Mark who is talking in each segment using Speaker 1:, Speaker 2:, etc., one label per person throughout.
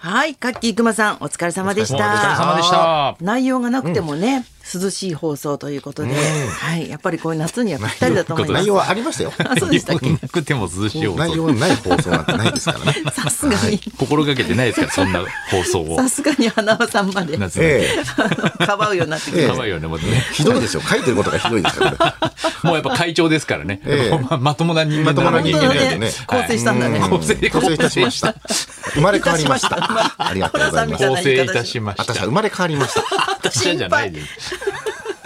Speaker 1: はい、カッキーくまさん、お疲れ様でした。
Speaker 2: お疲れ様でした。
Speaker 1: 内容がなくてもね、涼しい放送ということで、はい、やっぱりこういう夏にはぴったりだと思います
Speaker 3: 内。容はありましたよ。
Speaker 1: あ、そうでしたっけ。
Speaker 2: なくても涼しい放
Speaker 3: 内容
Speaker 2: 送。
Speaker 3: はない放送なんてないです からね。
Speaker 1: さすがに、
Speaker 2: 心がけてないです から、そんな放送を
Speaker 1: さ。すがに花輪さんまで、
Speaker 2: 夏
Speaker 3: え
Speaker 2: え
Speaker 1: あのかばうようになってき
Speaker 3: え
Speaker 2: え。
Speaker 1: て。
Speaker 2: かわいいよね、ま たね。
Speaker 3: ひどいですよ。書いてることがひどいですから、ね。
Speaker 2: もうやっぱ会長ですからね。
Speaker 3: ええ
Speaker 2: やっぱままともな人間
Speaker 3: まともな
Speaker 1: 本
Speaker 3: 人
Speaker 1: 当だ
Speaker 3: 間で
Speaker 1: ね
Speaker 3: ね、
Speaker 1: 構成したんだね。
Speaker 2: 構成
Speaker 3: 構成いたしました。 生まれ変わりました。ありがとうございます
Speaker 1: じゃ。
Speaker 2: 構
Speaker 1: ない言
Speaker 2: 成
Speaker 1: い方
Speaker 2: いたしました。
Speaker 3: 私は生まれ変わりました。
Speaker 2: 私はじゃないです。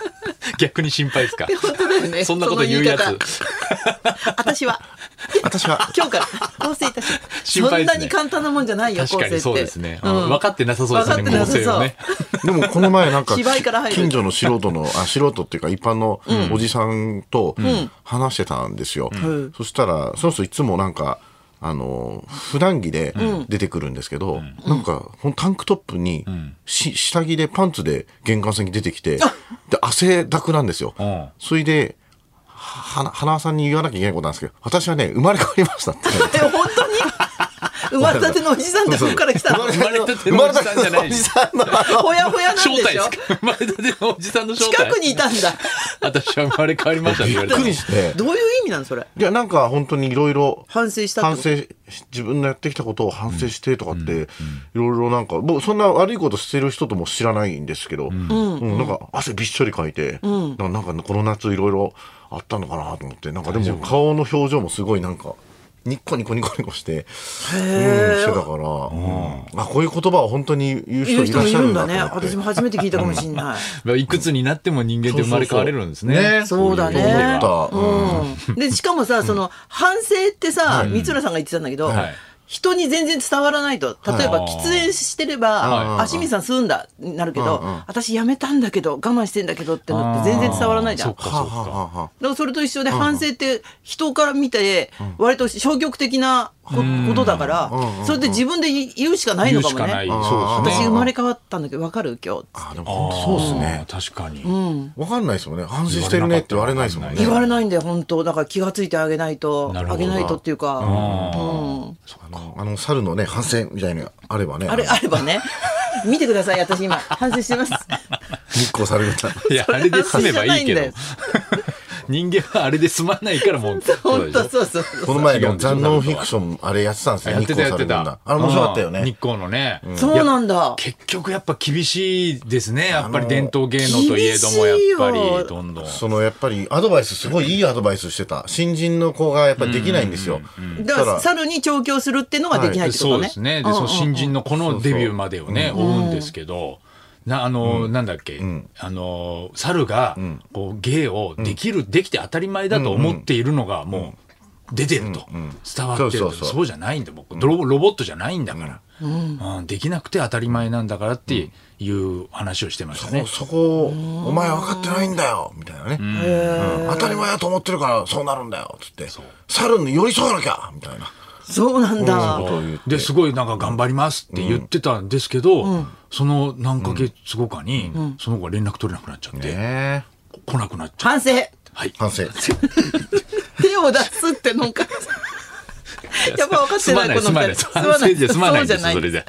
Speaker 2: 逆に心配です か。
Speaker 1: 本当だよね。
Speaker 2: そんなこと言うや
Speaker 1: その
Speaker 2: つ
Speaker 1: 言。い方。私は、
Speaker 3: 私は
Speaker 1: 今日から構成いたし、
Speaker 2: 心
Speaker 1: そ
Speaker 2: 配
Speaker 1: ん
Speaker 2: ですね
Speaker 1: なに簡単なもんじゃないよ、構
Speaker 2: 確
Speaker 1: 成
Speaker 2: か
Speaker 1: って。
Speaker 2: にそうですね。
Speaker 1: ん
Speaker 2: うん分かってなさそうですね、
Speaker 1: 分か
Speaker 2: 構
Speaker 1: ってな
Speaker 2: 成
Speaker 1: さ
Speaker 2: を
Speaker 1: そう
Speaker 2: ね。
Speaker 3: でもこの前なんか
Speaker 1: 芝居から入る
Speaker 3: 近所の素人のあ素人っていうか一般のおじさんと話してたんですよ、
Speaker 1: ん
Speaker 3: そしたらその人いつもなんかあの普段着で出てくるんですけど、なんかほんタンクトップに、し下着でパンツで玄関先に出てきて、で汗だくなんですよ、
Speaker 2: うん
Speaker 3: それでは花輪さんに言わなきゃいけないことなんですけど私はね生まれ変わりましたって
Speaker 1: え、本当に生まれたてのおじさんってここから来たの
Speaker 2: 生まれたてのおじさんじゃないです。
Speaker 1: ほやほやなん
Speaker 2: 正
Speaker 1: で
Speaker 2: 体
Speaker 1: し
Speaker 2: で
Speaker 1: ょ
Speaker 2: すか。 生まれたてのおじさんの正体
Speaker 1: 近く。にいたんだ。
Speaker 2: 私は生まれ変わりましたっ
Speaker 3: び
Speaker 2: て言わ
Speaker 3: っ
Speaker 2: れた
Speaker 3: く。りして
Speaker 1: どういう意味なのそれ。
Speaker 3: いやなんか本当にいろいろ
Speaker 1: 反省したっ
Speaker 3: 反
Speaker 1: てこと
Speaker 3: 省し自分のやってきたことを反省してとかっていろいろなんか僕そんな悪いことしてる人とも知らないんですけど、うんなんか汗びっしょりかいて、なんかこの夏いろいろあったのかなと思ってなんかでも顔の表情もすごいなんか。ニッコニコニコニコして、うん、してたから、うんあこういう言葉を本当に言う
Speaker 1: い
Speaker 3: 人
Speaker 1: る
Speaker 3: い
Speaker 1: 人
Speaker 3: らっ
Speaker 1: もい
Speaker 3: しゃ
Speaker 1: る
Speaker 3: る
Speaker 1: ん
Speaker 3: ん
Speaker 1: だ
Speaker 3: だと思
Speaker 1: ね。
Speaker 3: って
Speaker 1: 私も初めて聞いたかもしれない。
Speaker 2: まあいくつになっても人間って生まれ変われるんで
Speaker 3: そ
Speaker 2: す
Speaker 3: うそうそう
Speaker 2: ね
Speaker 3: ね。
Speaker 1: そうだね。
Speaker 3: そう思
Speaker 1: うん。で、しかもさ、その、反省ってさ、三浦さんが言ってたんだけど
Speaker 2: はい、
Speaker 1: 人に全然伝わらないと。例えば、
Speaker 2: はい
Speaker 1: 喫煙してれ
Speaker 2: は
Speaker 1: ば、
Speaker 2: い
Speaker 1: あ、清水さん吸うんだ、になるけど
Speaker 3: うんうん、
Speaker 1: 私やめたんだけど、我慢してんだけどってのって全然伝わらないじゃん。
Speaker 2: あー
Speaker 1: だ
Speaker 2: そ
Speaker 3: は
Speaker 2: っ
Speaker 3: あ
Speaker 2: か
Speaker 3: はあはあはあ
Speaker 1: からそれと一緒で、反省って人から見て、割と消極的なこことだから
Speaker 3: うんうん、
Speaker 1: それで自分で言うしかない
Speaker 2: 言
Speaker 1: のか
Speaker 2: うし
Speaker 1: も
Speaker 2: かない。
Speaker 1: ね。
Speaker 2: そうです
Speaker 1: 私
Speaker 2: ね
Speaker 1: 生。まれ変わったんだけど、わかる今日。
Speaker 3: あでも本当そうですね
Speaker 2: あー。確かに。
Speaker 3: わかんないですもんね反省してるねって言われないですもんね
Speaker 1: 言われないんだよ本当だから気がついてあげないと
Speaker 2: なる
Speaker 1: あ
Speaker 2: ほど
Speaker 1: げないとっていうか、うん、
Speaker 3: あのあの猿のね反省みたいなのがあればね
Speaker 1: あれあればね 見てください私今反省してます
Speaker 3: 日光されるんだ
Speaker 2: いや、あれで済めばいいけど
Speaker 1: それは。
Speaker 2: 人間はあれで済まないからもう。
Speaker 1: 本当
Speaker 2: う
Speaker 1: そうそうそう
Speaker 3: この前の残納フィクションあれやってたんです
Speaker 2: だ
Speaker 3: よ
Speaker 2: よ。や
Speaker 3: 日
Speaker 2: ってた
Speaker 3: 光
Speaker 2: や
Speaker 3: さ
Speaker 2: っ
Speaker 3: れる
Speaker 2: て
Speaker 3: んだ
Speaker 2: た。
Speaker 3: あれ面白かったよ
Speaker 2: うん日
Speaker 3: ね
Speaker 2: 光のね。
Speaker 1: そうなんだ
Speaker 2: 結局やっぱ厳しいですね。やっぱり伝統芸能といえどもや
Speaker 1: 厳
Speaker 2: っぱ
Speaker 1: しいよ
Speaker 2: りどんどん。
Speaker 3: そのやっぱりアドバイスすごいいいアドバイスしてた新人の子がやっぱりできないんですよ
Speaker 1: だから猿に調教するっていうのができないってこ
Speaker 2: そ
Speaker 1: と
Speaker 2: う
Speaker 1: ね、
Speaker 2: ですね。で、その新人のこのデビューまでをね、追うんですけど、な、あの、なんだっけ、あの、猿が、こう、芸をできる、できて当たり前だと思っているのが、もう、出てると。伝わってる
Speaker 3: そ
Speaker 2: と。
Speaker 3: うそうそう
Speaker 2: そうじゃないんだ、僕。ロボロボットじゃないんだから。うんできなくて当たり前なんだからっていう話をしてました
Speaker 3: も
Speaker 2: ね
Speaker 3: う。そこをお前分かってないんだよみたいなねうん当たり前だと思ってるからそうなるんだよつって猿に寄り添わなきゃみたいな
Speaker 1: そうなんだ、
Speaker 3: ことを言って
Speaker 2: ですごいなんか頑張りますって言ってたんですけど、その何ヶ月後かに、その子が連絡取れなくなっちゃって、
Speaker 3: ね
Speaker 2: 来なくなっちゃう。
Speaker 1: 反省
Speaker 2: はい。
Speaker 3: 反省
Speaker 1: 手を出すっての かやっぱ分かって
Speaker 2: すま
Speaker 1: ない
Speaker 2: ない、
Speaker 1: この
Speaker 2: すまない
Speaker 1: 二人
Speaker 2: です。反省じゃ済まない
Speaker 1: そう
Speaker 2: んです、
Speaker 1: じゃない
Speaker 2: それで。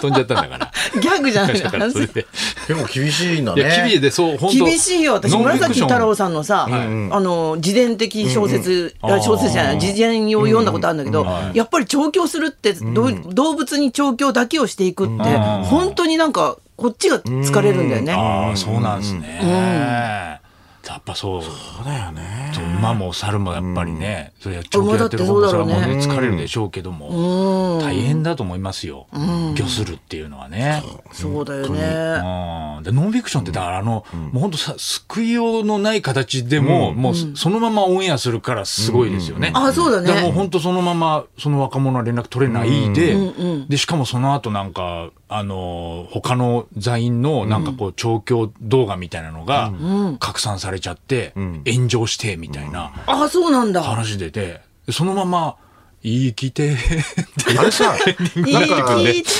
Speaker 2: 飛んじゃったんだから。
Speaker 1: ギャグじゃないの
Speaker 2: だから、
Speaker 1: 反
Speaker 2: そ
Speaker 1: 省
Speaker 2: れで。
Speaker 3: 結構厳しいんだ
Speaker 2: い
Speaker 3: ね
Speaker 2: や、キビで、そう、本当
Speaker 1: 厳しいよ私
Speaker 2: ノンフィク
Speaker 1: 紫
Speaker 2: ション
Speaker 1: 太郎さんのさ、あの自伝的小説、
Speaker 2: うんうん
Speaker 1: あ小説じゃない自伝を読んだことあるんだけど、やっぱり調教するって、どう動物に調教だけをしていくって、本当になんかこっちが疲れるんだよね。
Speaker 2: ああ、そうなんですね。やっぱそう。
Speaker 3: そうだよね
Speaker 2: そう馬も猿もやっぱりね、それは
Speaker 1: 馬だってそうだろうね
Speaker 2: それはもう疲れるでしょうけども、大変だと思いますよ。漁するっていうのはね。
Speaker 1: そうだよね。
Speaker 2: うんでノンフィクションってだからあの、もう本当さ救いようのない形でも、もううそのままオンエアするからすごいですよね。
Speaker 1: あそうだね
Speaker 2: からもう本当そのままその若者は連絡取れないで、でしかもその後なんかあの他の座員のなんかこう調教動画みたいなのが拡散されちゃって、炎上してみたいな
Speaker 1: あそうなんだ。
Speaker 2: 話出て、でそのまま生きて
Speaker 3: あれさ
Speaker 1: いい
Speaker 3: なんか
Speaker 1: 聞い
Speaker 3: デ
Speaker 1: て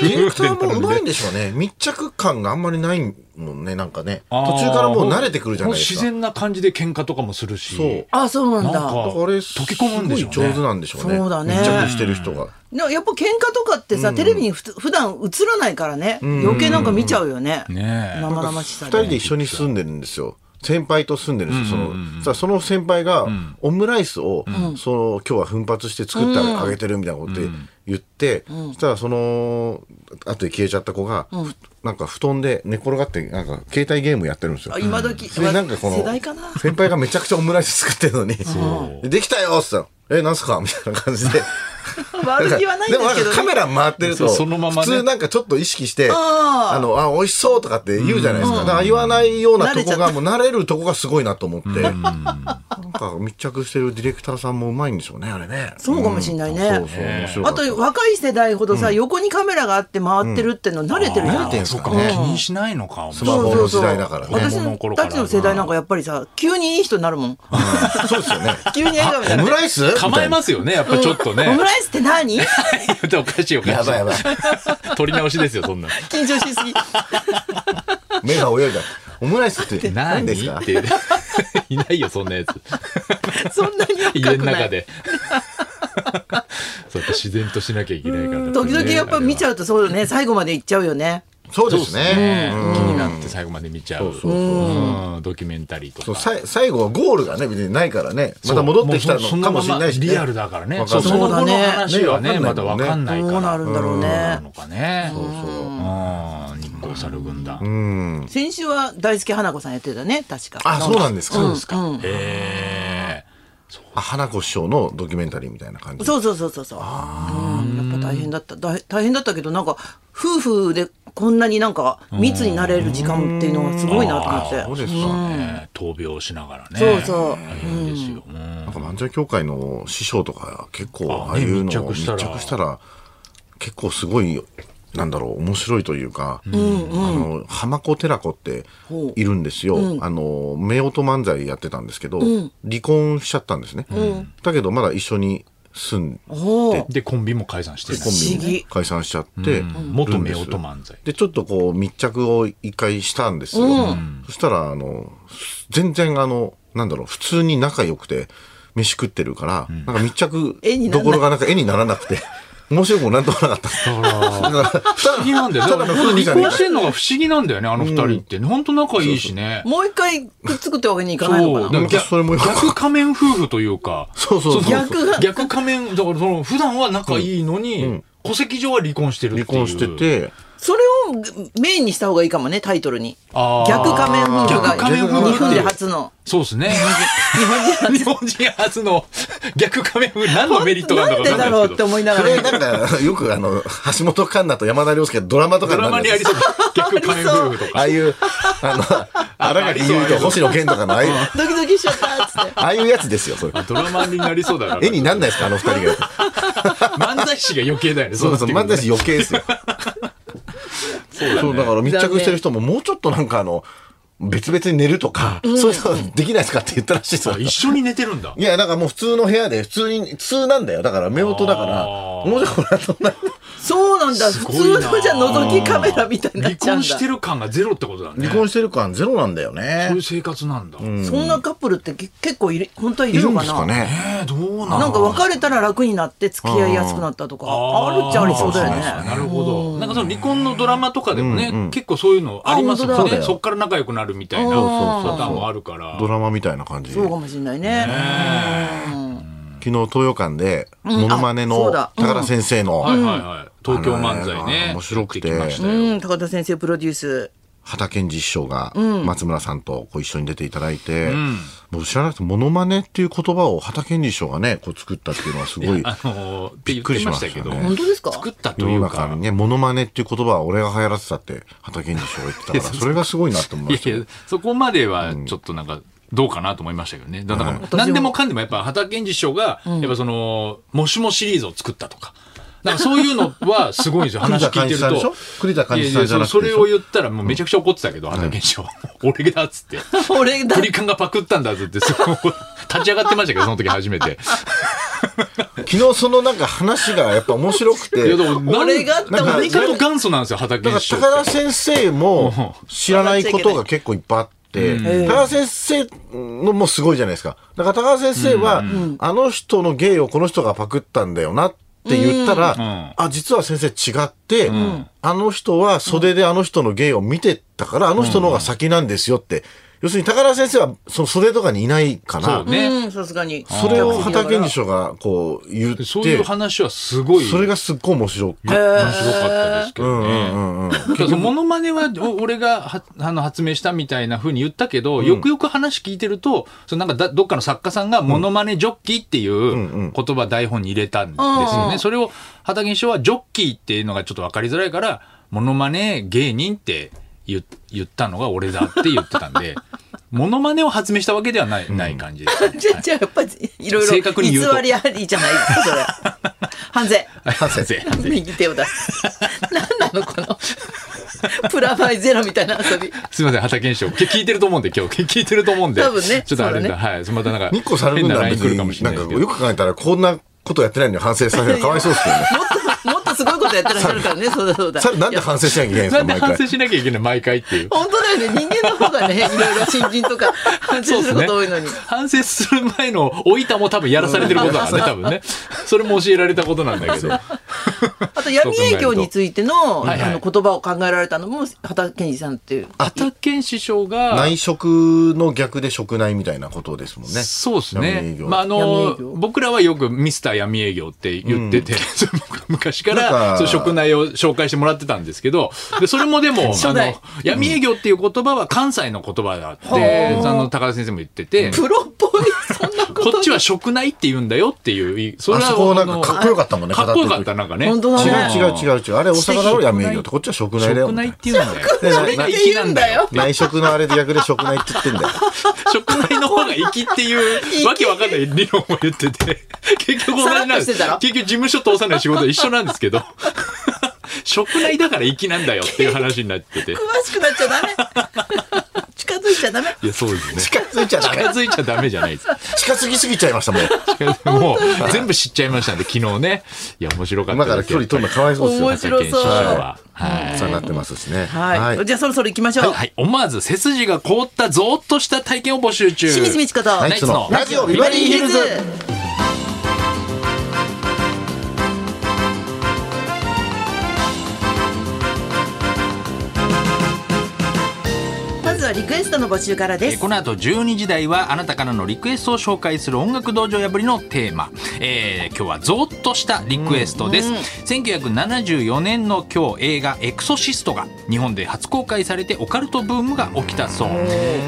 Speaker 3: ィレクターもうまいんでしょうね。密着感があんまりないもんね、なんかね。途中からもう慣れてくるじゃないです
Speaker 2: も
Speaker 3: か。
Speaker 2: う自然な感じで喧嘩とかもするし。
Speaker 3: そう
Speaker 1: あそうなん
Speaker 2: なん
Speaker 1: だ。
Speaker 2: か
Speaker 3: あれ、
Speaker 2: 溶け込むんでしょうね
Speaker 3: すごい上手なんでしょうね。
Speaker 1: そうだね
Speaker 3: 密着してる人が。
Speaker 1: なやっぱ喧嘩とかってさ、テレビにふ普段映らないからね、余計なんか見ちゃうよね、
Speaker 2: ねえ
Speaker 1: 生々しさ
Speaker 3: 二
Speaker 1: で
Speaker 3: 人で一緒に住んでるんですよ。先輩と住んでるんですよ。その、さあその先輩が、オムライスを、その、今日は奮発して作ってあげてるみたいなことで言って、そしたらその、後で消えちゃった子が、ふなんか布団で寝転がって、なんか携帯ゲームやってるんですよ
Speaker 1: あ。今時、
Speaker 3: でなんかこの
Speaker 1: 世代かな
Speaker 3: 先輩がめちゃくちゃオムライス作ってるのに「できたよ」っつったらえなんすか?」みたいな感じで
Speaker 1: 悪気はないんで
Speaker 3: でもな
Speaker 1: すけ
Speaker 3: んか
Speaker 1: ど、ね、
Speaker 3: カメラ回ってると
Speaker 2: そうそのままね
Speaker 3: 普通なんかちょっと意識して「
Speaker 1: あー
Speaker 3: あのあ美味しそう」とかって言うじゃないですかだから言わないようなとこ
Speaker 1: 慣れちゃっ
Speaker 3: が
Speaker 1: た
Speaker 3: もう慣れるとこがすごいなと思ってなんか密着してるディレクターさんもうまいんでしょうねあれね
Speaker 1: そうかもしんないね
Speaker 3: うんそうそう面白か
Speaker 1: あ
Speaker 3: った
Speaker 1: と若い世代ほどさ、横にカメラがあって回ってるっての慣れてるじゃん、
Speaker 3: 慣れてん
Speaker 2: そ
Speaker 3: す
Speaker 2: っ
Speaker 3: か
Speaker 2: か、
Speaker 3: ね
Speaker 2: もう気にしないのか、
Speaker 3: スマホの時代だからね
Speaker 1: 私たちの世代なんかやっぱりさ急にいい人になるもん
Speaker 3: そうですよね
Speaker 1: 急に笑顔に
Speaker 3: オ
Speaker 1: な
Speaker 3: ム
Speaker 1: る
Speaker 3: ライス
Speaker 2: 構えますすよね、やっぱちょっとね。
Speaker 1: オムライスって何
Speaker 2: おかしいおかしい。
Speaker 3: やばいやばい
Speaker 2: 取り直しですよ、そんな。
Speaker 1: 緊張しすぎ
Speaker 3: 目が泳いだオムライスって何
Speaker 2: 何
Speaker 3: ですか
Speaker 2: っていないよ、そんなやつ。
Speaker 1: そんなに
Speaker 2: 家
Speaker 1: 深
Speaker 2: の
Speaker 1: くな
Speaker 2: 中
Speaker 1: い
Speaker 2: で。そうやって自然としなきゃいけないから。
Speaker 1: 時々やっぱ見ち
Speaker 2: ゃ
Speaker 1: ゃうとそうよね最後まで行っちゃうよね
Speaker 3: そう
Speaker 2: そ
Speaker 3: で
Speaker 2: うですす
Speaker 3: ね
Speaker 2: ね。気になって最後まで見ちゃう。うんドキュメンタリーと
Speaker 3: そう
Speaker 2: か。
Speaker 3: さい最後はゴールがね別にないからねまた戻ってきたのかもしれないし、ね、
Speaker 2: リアルだからね。
Speaker 3: わかんない
Speaker 1: そう
Speaker 2: の後の
Speaker 1: そうだね
Speaker 2: 話はね、
Speaker 3: ね
Speaker 2: まだわかんないから。
Speaker 1: どうなるんだろうね
Speaker 2: どなのかね。そうそう。日光猿軍団。
Speaker 3: うん
Speaker 1: 先週は大輔花子さんやってたね確か
Speaker 3: あそうなんですか、
Speaker 2: そうですか。へえ。
Speaker 3: あ花子師匠のドキュメンタリーみたいな感じ
Speaker 1: そうそうそうそうそう、うん、やっぱ大変だっただ大変だったけどなんか夫婦でこんなになんか密になれる時間っていうのがすごいなと思って
Speaker 2: あーそうですよね。闘病しながらね。
Speaker 1: そうそう
Speaker 2: 大変ですよ。うん
Speaker 3: なんか漫才協会の師匠とか結構
Speaker 2: あ
Speaker 3: ああいうの
Speaker 2: ね密着
Speaker 3: 密
Speaker 2: したら
Speaker 3: 着したら結構すごいなんだろう面白いというか、あの浜子寺子っているんですよ、あの夫婦漫才やってたんですけど、離婚しちゃったんですね、だけどまだ一緒に住ん
Speaker 1: おー
Speaker 2: で、コンビも解散して
Speaker 3: コンビも
Speaker 1: 不思
Speaker 3: ね
Speaker 1: 議
Speaker 3: 解散しちゃって、
Speaker 2: 元夫婦漫才。
Speaker 3: でちょっとこう密着を一回したんですよ、そしたらあの全然あのなんだろう普通に仲良くて飯食ってるから、なんか密着
Speaker 1: 絵にな
Speaker 3: ど
Speaker 1: らない
Speaker 3: ころがなんか絵にならなくて 面白くもなんともなかった
Speaker 2: 不
Speaker 3: だから
Speaker 2: 思議なんだよ。だ
Speaker 3: た
Speaker 2: か
Speaker 3: だ
Speaker 2: ら
Speaker 3: の夫婦
Speaker 2: 離
Speaker 3: じゃねえ
Speaker 2: 婚
Speaker 3: か
Speaker 2: してんのが不思議なんだよね、あの二人って。本当仲いいしね。
Speaker 1: もう一回くっつくってわけにいかないの
Speaker 2: そう
Speaker 1: か
Speaker 2: だ
Speaker 1: な
Speaker 2: から
Speaker 3: それもよく
Speaker 2: 逆仮面夫婦というか
Speaker 3: そうそうそう
Speaker 1: 逆が
Speaker 2: 逆仮面だからその普段は仲いいのに、戸籍上は離婚してるってい
Speaker 3: 離
Speaker 2: う
Speaker 3: 婚してて
Speaker 1: それをメインにした方がいいかもねタイトルに
Speaker 2: あー
Speaker 1: 逆仮面夫婦が
Speaker 2: 逆仮面夫婦
Speaker 1: 日本で初の
Speaker 2: そうですね 日本人初の 逆仮面夫婦何のメリットがある
Speaker 1: な
Speaker 2: の
Speaker 1: ん
Speaker 2: か
Speaker 1: で
Speaker 2: 分か
Speaker 1: だ
Speaker 2: んな
Speaker 1: ろ
Speaker 2: いう
Speaker 1: って
Speaker 2: ですけど
Speaker 1: 思いなが
Speaker 3: それ
Speaker 1: ら
Speaker 3: なんか よくあの橋本環奈と山田涼介ドラマとかに
Speaker 2: ドラ
Speaker 3: な
Speaker 2: マ
Speaker 3: る
Speaker 2: に
Speaker 3: や
Speaker 2: あ
Speaker 3: つ
Speaker 2: りそう逆仮面夫婦と
Speaker 3: あ
Speaker 2: か
Speaker 3: あいうあの荒 垣結衣と星野源とかのああいう
Speaker 1: ドキドキしちゃったっつって
Speaker 3: ああいうやつですよそれ
Speaker 2: ドラマになりそうだな
Speaker 3: 絵になんないですかあの二人が
Speaker 2: 漫才師が余計だよね
Speaker 3: そうそう、
Speaker 2: なっ
Speaker 3: 漫
Speaker 2: てくるとね
Speaker 3: 才師余計ですよ。そうだ,、から密着してる人ももうちょっとなんかあの、別々に寝るとか、そういうのできないですかって言ったらしいですよ。
Speaker 2: 一緒に寝てるんだ
Speaker 3: いや、だからもう普通の部屋で、普通に、普通なんだよ。だから、夫婦だから、
Speaker 2: あー
Speaker 3: もうちょっとなんともない。
Speaker 1: そうなんだ
Speaker 2: す
Speaker 1: 普
Speaker 2: ごいな
Speaker 1: 通のじゃ覗きカメラみたいになっ
Speaker 2: 離
Speaker 1: ちゃうん
Speaker 2: 婚
Speaker 1: だ
Speaker 2: してる感がゼロってことだね
Speaker 3: 離婚してる感ゼロなんだよ
Speaker 2: そうい
Speaker 3: ね
Speaker 2: う。生活なんだ、
Speaker 1: そんなカップルってけ結構いる本当はい
Speaker 3: い
Speaker 1: る
Speaker 3: る
Speaker 1: の
Speaker 3: ん
Speaker 1: か
Speaker 3: ですか
Speaker 1: な
Speaker 3: ね。
Speaker 2: えー、どうなんだ
Speaker 1: なんか別れたら楽になって付き合いやすくなったとかあるっちゃありそうだよ
Speaker 2: あー
Speaker 1: ね
Speaker 2: なるほど。なんかその離婚のドラマとかでもね、結構そういうのあります
Speaker 1: あ
Speaker 2: も
Speaker 1: 本
Speaker 2: ん
Speaker 1: 当だ
Speaker 2: ね。そっから仲良くなるみたいな
Speaker 1: そうそう
Speaker 2: パターンもあるから。
Speaker 3: ドラマみたいな感じ。
Speaker 1: そう
Speaker 3: 昨
Speaker 1: かもしれないねうん
Speaker 3: 日、東洋館で、モノマネ
Speaker 1: あそ
Speaker 3: の
Speaker 1: うだ
Speaker 3: 高田先生の、
Speaker 2: はいはいはい。東京漫才
Speaker 3: あ
Speaker 2: ね。
Speaker 3: の面白くて
Speaker 2: やってきましたよ
Speaker 1: うん高田先生プロデュース
Speaker 3: 畑健二師匠が松村さんとこう一緒に出ていただいて、もう知らなくて、モノマネっていう言葉を畑健二師匠がね、こう作ったっていうのはすごい、
Speaker 2: あのー、って
Speaker 3: びっ
Speaker 2: 言っ
Speaker 3: くり
Speaker 2: て
Speaker 3: し
Speaker 2: ま
Speaker 3: まし
Speaker 2: し
Speaker 3: たた
Speaker 2: け
Speaker 3: よね
Speaker 2: ど。
Speaker 1: 本当ですか
Speaker 2: 作ったと
Speaker 3: 世
Speaker 2: い
Speaker 3: の
Speaker 2: う
Speaker 3: 中に
Speaker 2: か。
Speaker 3: ね、モノマネっていう言葉は俺が流行らせたって、畑健二師匠が言ってたから、それがすごいなって思い
Speaker 2: い
Speaker 3: ま
Speaker 2: や
Speaker 3: した
Speaker 2: い
Speaker 3: よ
Speaker 2: や、そこまではちょっとなんか、どうかなと思いましたけどね。だから、何でもかんでもやっぱ、畑健二師匠が、やっぱその、もしもシリーズを作ったとか。なんかそういうのはすごいんですよ。話聞いてる
Speaker 3: 栗田貫一さんでしょ。栗田貫一さ
Speaker 2: と
Speaker 3: んじゃなくて
Speaker 2: いやいやそれを言ったらもうめちゃくちゃ怒ってたけど、畑健二師匠。 俺だっつって。
Speaker 1: 俺だ
Speaker 2: 鳥缶がパクったんだっつって、そこ立ち上がってましたけど、その時初めて。
Speaker 3: 昨日そのなんか話がやっぱ面白く
Speaker 2: い
Speaker 3: て、
Speaker 2: や、で
Speaker 3: だか
Speaker 2: もなん
Speaker 1: 俺がって
Speaker 2: なんか何かの元祖なんですよ、畑健
Speaker 3: ら
Speaker 2: 二師匠っ
Speaker 3: 高
Speaker 2: て。
Speaker 3: 田先生も知らないことが結構いっぱいあって、高田先生のもすごいじゃないですか。だから高田先生は、あの人の芸をこの人がパクったんだよなっって言ったら、あ、実は先生違って、あの人は袖であの人の芸を見てたから、あの人の方が先なんですよって。要するに、高田先生は、その袖とかにいないか
Speaker 2: そ
Speaker 3: ら
Speaker 2: う、ね。
Speaker 1: うん、さすがに。
Speaker 3: それを畑
Speaker 1: に
Speaker 3: 西がこう言って、
Speaker 2: そういう話はすごい
Speaker 3: それ
Speaker 2: 面白
Speaker 3: がすっごい面白くて。
Speaker 2: かったですけ
Speaker 3: う
Speaker 2: ど
Speaker 3: んう
Speaker 2: ね。
Speaker 3: んうんうん。
Speaker 2: だからそのモノマネはお 俺がはあの発明したみたいな風に言ったけど、よくよく話聞いてるとそのなんかだどっかの作家さんがモノマネジョッキーっていう言葉台本に入れたんですよね、
Speaker 1: うん
Speaker 2: それを畑木師匠はジョッキーっていうのがちょっと分かりづらいからモノマネ芸人って言言ったのが俺だって言ってたんでモノマネを発明したわけではない,、ない感じです、ね。
Speaker 1: じゃあ、じゃあやっぱり、いろいろ、
Speaker 2: 正確に言うと
Speaker 1: 偽りありじゃないですか、それ。反省。
Speaker 2: はい先生先生
Speaker 1: 右手を出す。何なの、この、プラマイゼロみたいな遊び。
Speaker 2: すみません、畑健師匠。き聞いてると思うんで、今日。聞いてると思うんで。
Speaker 1: 多分ね
Speaker 2: ちょっとあれ
Speaker 1: そうだ
Speaker 2: だ。
Speaker 1: ね
Speaker 2: はい。またなんか、
Speaker 3: 日光される
Speaker 2: 変
Speaker 3: ん
Speaker 2: な
Speaker 3: だ
Speaker 2: LINE
Speaker 3: 別
Speaker 2: 来るかも
Speaker 3: に
Speaker 2: し
Speaker 3: な
Speaker 2: れ
Speaker 3: ん
Speaker 2: ない
Speaker 3: か
Speaker 2: ですけ
Speaker 3: よ
Speaker 2: ど。
Speaker 3: く考えたらこんなことやってないのに反省されるのかわい そうですけどね。
Speaker 1: もっと、もっとすごいことやってらっしゃるからね、そうだそうだ。
Speaker 3: さなんで反省しなきゃいけないんです
Speaker 2: な
Speaker 3: か
Speaker 2: んで
Speaker 3: 毎
Speaker 2: 反
Speaker 3: 回
Speaker 2: 省。しなきゃいけない、毎回 っていう。
Speaker 1: 本当だよね、人間の方がね、いろいろ新人とか反省すること多いのに。
Speaker 2: 反省する前の老いたも多分やらされてることなんで、多分ね。それも教えられたことなんだけど。
Speaker 1: あと闇営業についての、
Speaker 2: はいはい
Speaker 1: あの言葉を考えられたのも畑健二さんっていう。
Speaker 2: 畑健師匠が、
Speaker 3: 内職の逆で職内みたいなことですもんね。
Speaker 2: そうです
Speaker 3: 闇営
Speaker 2: ね。
Speaker 3: 業
Speaker 2: まあ、あの
Speaker 1: 闇営業、
Speaker 2: 僕らはよくミスター闇営業って言って て、昔か
Speaker 3: なん
Speaker 2: ら、
Speaker 3: か
Speaker 2: そう、職内を紹介してもらってたんですけど、で、それもでも、あ
Speaker 1: 初代
Speaker 2: の、闇営業っていう言葉は関西の言葉だって、
Speaker 1: うん
Speaker 2: あの、高田先生も言ってて、
Speaker 1: プロっぽい、そんなこと。
Speaker 2: こっちは職内って言うんだよっていう、そ
Speaker 3: あそこなんかかっこよかったもんね。
Speaker 2: あのかっこよ
Speaker 3: 語て
Speaker 2: かっ
Speaker 3: る時
Speaker 2: た、なんかね。
Speaker 1: 本当だ
Speaker 3: 違
Speaker 1: ね
Speaker 3: う違う違う違う。あれ大阪だろやめ営業ってこっちは職内だよ
Speaker 2: 食。内っていうんだよ。
Speaker 3: それ
Speaker 1: が言うんだよ
Speaker 3: 内職のあれで逆で職内って言って んだよ。
Speaker 2: 食内の方が粋っ ていう、わけわかんない理論を言ってて、結局同じなんです。
Speaker 1: さらっとして
Speaker 2: 結
Speaker 1: たの
Speaker 2: 局事務所通さない仕事一緒なんです けど、食内だから粋なんだよっていう話になってて。
Speaker 1: 詳しくなっちゃダメ。 近づいちゃダメ。
Speaker 2: いや、そうですね。
Speaker 3: 近づいちゃダメ
Speaker 2: 近づいちゃダメじゃないです。
Speaker 3: 近づきすぎちゃいましたもん。
Speaker 2: もう全部知っちゃいましたんで、昨日ね。いや、面白かった
Speaker 3: 今から
Speaker 2: です
Speaker 3: 距離取るのかわいそうですよ。
Speaker 1: 面白そう
Speaker 2: は。はい。
Speaker 3: さなってますしね。
Speaker 1: はい。じゃあそろそろ行きましょう。
Speaker 2: はい、思わず背筋が凍ったゾーッとした体験を募集中。
Speaker 1: 清水美智子と
Speaker 3: ナ
Speaker 1: ナ
Speaker 3: イツのラジオビバリーヒルズ。
Speaker 1: まずはリクエストの募集からで
Speaker 2: えー
Speaker 1: す。
Speaker 2: この後12時台はあなたからのリクエストを紹介する音楽道場破りのテーマ、えー今日はゾーッとしたリクエストです、1974年の今日映画「エクソシスト」が日本で初公開されてオカルトブームが起きたそう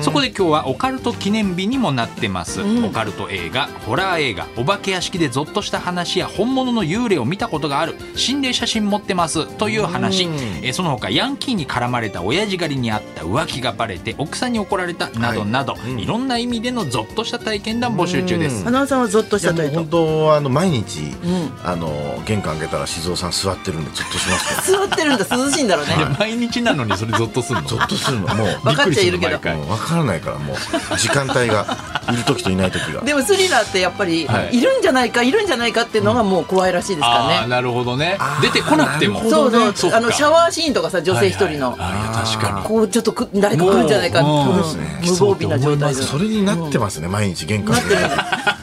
Speaker 2: そこで今日はオカルト記念日にもなってます、オカルト映画ホラー映画お化け屋敷でゾッとした話や本物の幽霊を見たことがある心霊写真持ってますという話、えーその他ヤンキーに絡まれた親父狩りにあった浮気がバレて奥さんに怒られたなどなど、いろんな意味でのゾッとした体験談募集中です。
Speaker 1: 花尾さんはゾッとし
Speaker 3: いや
Speaker 1: たと
Speaker 3: も
Speaker 1: いううと
Speaker 3: 本。当あの毎日、
Speaker 1: ん
Speaker 3: あの玄関開けたら静雄さん座ってるんでゾッとしますね。
Speaker 1: 座ってるんだ涼しいんだろうね。
Speaker 2: 毎日なのにそれゾッとするの
Speaker 3: ゾッとするのもう。
Speaker 1: 分かっちゃいるけど
Speaker 2: びっくりする
Speaker 3: も
Speaker 2: の毎回
Speaker 3: う分からないからもう時間帯がいる時といない時が
Speaker 1: でもスリラーってやっぱり、
Speaker 2: はい
Speaker 1: い、るんじゃないかいるんじゃないかっていうのがもう怖いらしいです
Speaker 2: あ
Speaker 1: から
Speaker 2: ー
Speaker 1: ね。
Speaker 2: なるほどね
Speaker 3: あー
Speaker 2: 出てこなくても
Speaker 3: なる
Speaker 1: そ
Speaker 3: ほ
Speaker 1: う
Speaker 3: どね
Speaker 1: そう
Speaker 2: そっか
Speaker 1: あのシャワーシーンとかさ女性一人の、
Speaker 2: はいはいあーいや確かに
Speaker 1: こうちょっとく誰か来るんじゃないかって
Speaker 2: もう
Speaker 1: うん
Speaker 2: そう
Speaker 3: ですね
Speaker 1: 無防備な状態で
Speaker 3: それになってますね、毎日玄関開けたら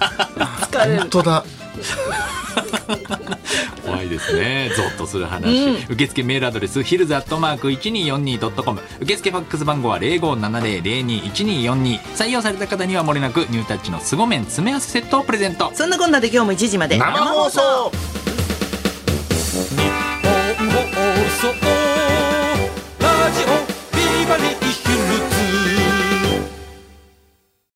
Speaker 1: 疲れる
Speaker 3: 本。当だ
Speaker 2: 怖いですね。ゾッとする話。受付メールアドレス、ヒルズアットマーク 1242.com。受付ファックス番号は0570-021242。採用された方にはもれなく、ニュータッチの凄麺詰め合わせセットをプレゼント。
Speaker 1: そんなこんなで今日も1時まで
Speaker 3: 生放送
Speaker 2: 放送